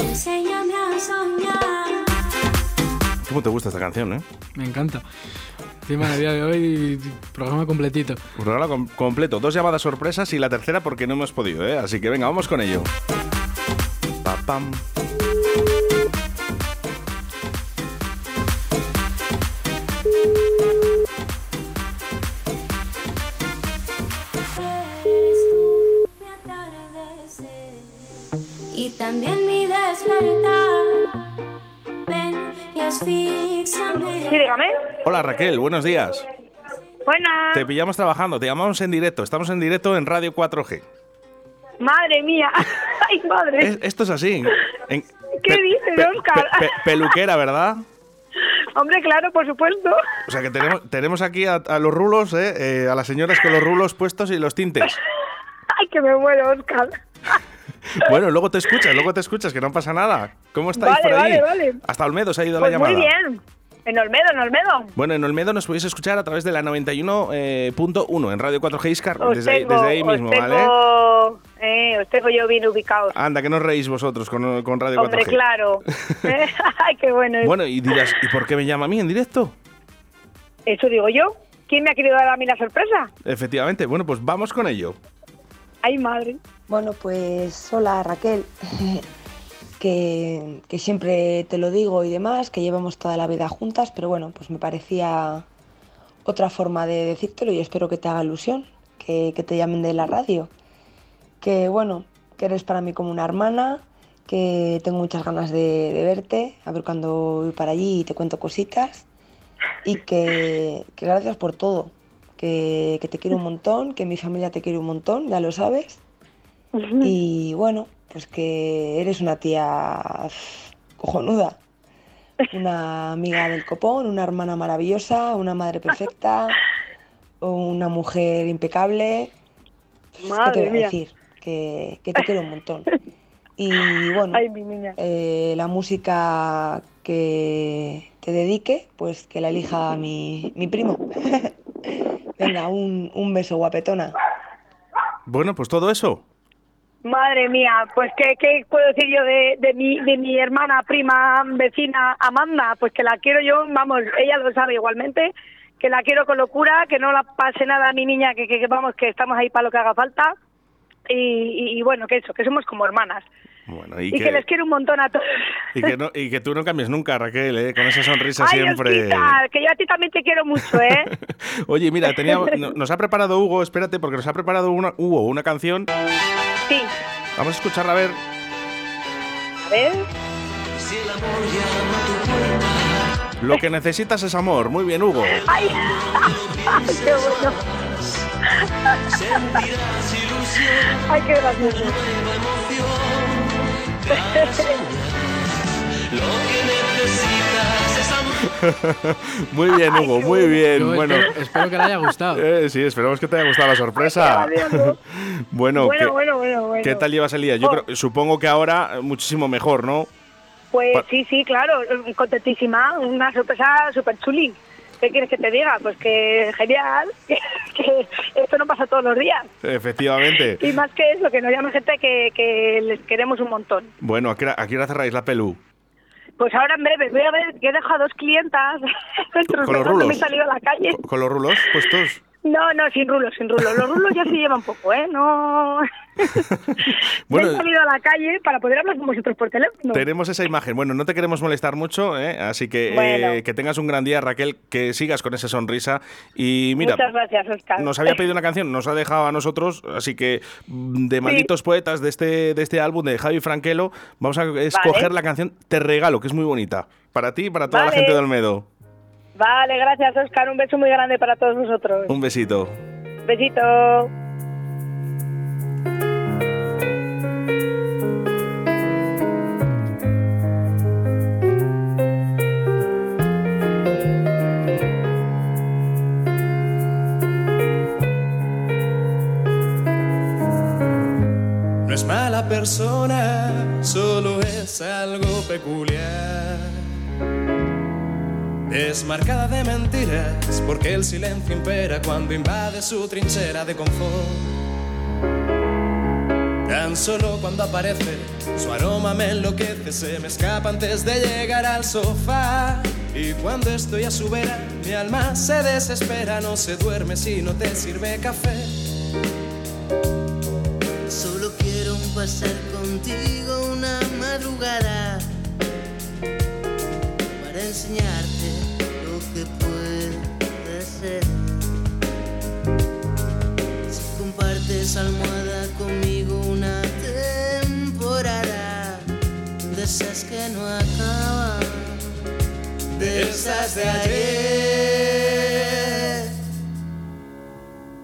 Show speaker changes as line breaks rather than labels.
Enséñame a soñar.
¿Cómo te gusta esta canción, eh?
Me encanta. Encima a día de hoy, programa completito.
Un Pues regalo com- completo, dos llamadas sorpresas y la tercera porque no hemos podido, ¿eh? Así que venga, vamos con ello. Pa, pam.
Eres tú mi atardecer y también mi despertar. Ven y asfíxame.
Sí, dígame.
Hola Raquel, buenos días.
Buenas.
Te pillamos trabajando, te llamamos en directo, estamos en directo en Radio 4G.
Madre mía. Ay, madre.
Es- esto es así. En-
¿Qué dices, Óscar?
peluquera, ¿verdad?
Hombre, claro, por supuesto.
O sea que tenemos, tenemos aquí a, a los rulos, ¿eh? Eh, a las señoras con los rulos puestos y los tintes.
Ay, que me muero, Oscar.
Bueno, luego te escuchas, luego te escuchas, que no pasa nada. ¿Cómo estáis
Vale,
por ahí?
vale, vale.
Hasta Olmedo se ha ido
Pues
la
muy
llamada.
bien. En Olmedo, en Olmedo.
Bueno, en Olmedo nos podéis escuchar a través de la 91.1 eh, en Radio 4G Iscar,
Os
desde, ahí-
tengo,
desde ahí
os
mismo, ¿vale? Ah,
tengo, eh, os tengo yo bien ubicados.
Anda, que no os reís vosotros con, con Radio
Hombre,
4G.
claro. Eh, Ay, qué bueno. es.
Bueno, y dirás, ¿y por qué me llama a mí en directo?
Eso digo yo. ¿Quién me ha querido dar a mí la sorpresa?
Efectivamente, bueno, pues vamos con ello.
Ay, madre.
Bueno, pues hola Raquel, que, que siempre te lo digo y demás, que llevamos toda la vida juntas, pero bueno, pues me parecía otra forma de decírtelo y espero que te haga ilusión, que, que te llamen de la radio, que bueno, que eres para mí como una hermana, que tengo muchas ganas de, de verte, a ver cuando voy para allí y te cuento cositas, y que, que gracias por todo, que, que te quiero un montón, que mi familia te quiere un montón, ya lo sabes.
Mm.
Y bueno, pues que eres una tía cojonuda. Una amiga del copón, una hermana maravillosa, una madre perfecta, una mujer impecable. Pues, ¿Qué te
Madre
voy a
mía.
decir? Que, que te quiero un montón. Y bueno,
Ay, mi niña.
eh, la música que te dedique, pues que la elija mi, mi primo. Venga, un, un beso guapetona.
Bueno, pues todo eso.
Madre mía, pues ¿qué, qué puedo decir yo de, de, mi, de mi hermana, prima, vecina, Amanda? Pues que la quiero yo, vamos, ella lo sabe igualmente, que la quiero con locura, que no la pase nada a mi niña, que, que, que vamos, que estamos ahí para lo que haga falta. Y, y- y bueno, que eso, que somos como hermanas.
Bueno, y,
Y, que, les quiero un montón a todos.
y que no- y que tú no cambies nunca, Raquel, ¿eh? con esa sonrisa
Ay,
siempre.
Osquita, que yo a ti también te quiero mucho, ¿eh?
Oye, mira, tenía- no- nos ha preparado Hugo, espérate, porque nos ha preparado una, Hugo una canción.
Sí.
Vamos a escucharla a ver.
A ver.
Lo que necesitas es amor. Muy bien, Hugo.
Ay, qué bueno. Ay, qué gracioso.
Muy bien, Hugo, muy bien.
Yo
Eh, Bueno,
espero, espero que le haya gustado.
eh, sí, esperamos que te haya gustado la sorpresa.
gracioso.
Bueno,
bueno,
¿qué,
bueno, bueno, bueno. Oh.
qué tal llevas el día? Yo creo- supongo que ahora eh, muchísimo mejor, ¿no?
Pues
Pa-
sí, sí, claro, contentísima, una sorpresa súper chuli. ¿Qué quieres que te diga? Pues que genial, que, que esto no pasa todos los días.
Efectivamente.
Y más que eso, que nos llama gente que, que les queremos un montón.
Bueno, ¿a qué hora, a qué hora cerráis la pelu?
Pues ahora en breve, voy a ver que he dejado a dos clientas dentro
Con los
de me he
rulos.
salido a la calle.
¿Con- ¿Con los rulos puestos?
No, no, sin rulos, sin rulos. Los rulos ya se llevan poco, ¿eh? No.
Bueno.
he salido a la calle para poder hablar con vosotros por teléfono.
Tenemos esa imagen. Bueno, no te queremos molestar mucho, ¿eh? así que eh,
Bueno.
que tengas un gran día, Raquel, que sigas con esa sonrisa. Y mira,
Muchas gracias, Oscar.
nos había pedido una canción, nos ha dejado a nosotros, así que mm, de malditos poetas de este, de este álbum de Javi Franquelo, vamos a escoger la canción Te Regalo, que es muy bonita. Para ti y para toda la
Vale.
gente de Olmedo.
Vale, gracias, Oscar. Un beso muy grande para todos vosotros.
Un besito.
Besito.
No es mala persona, solo es algo peculiar. Es marcada de mentiras, porque el silencio impera cuando invade su trinchera de confort. Tan solo cuando aparece, su aroma me enloquece, se me escapa antes de llegar al sofá. Y cuando estoy a su vera, mi alma se desespera, no se duerme si no te sirve café.
Solo quiero pasar contigo una madrugada para enseñarte lo que puede ser. Si compartes almohada conmigo una temporada de esas que no acaban, de esas de ayer.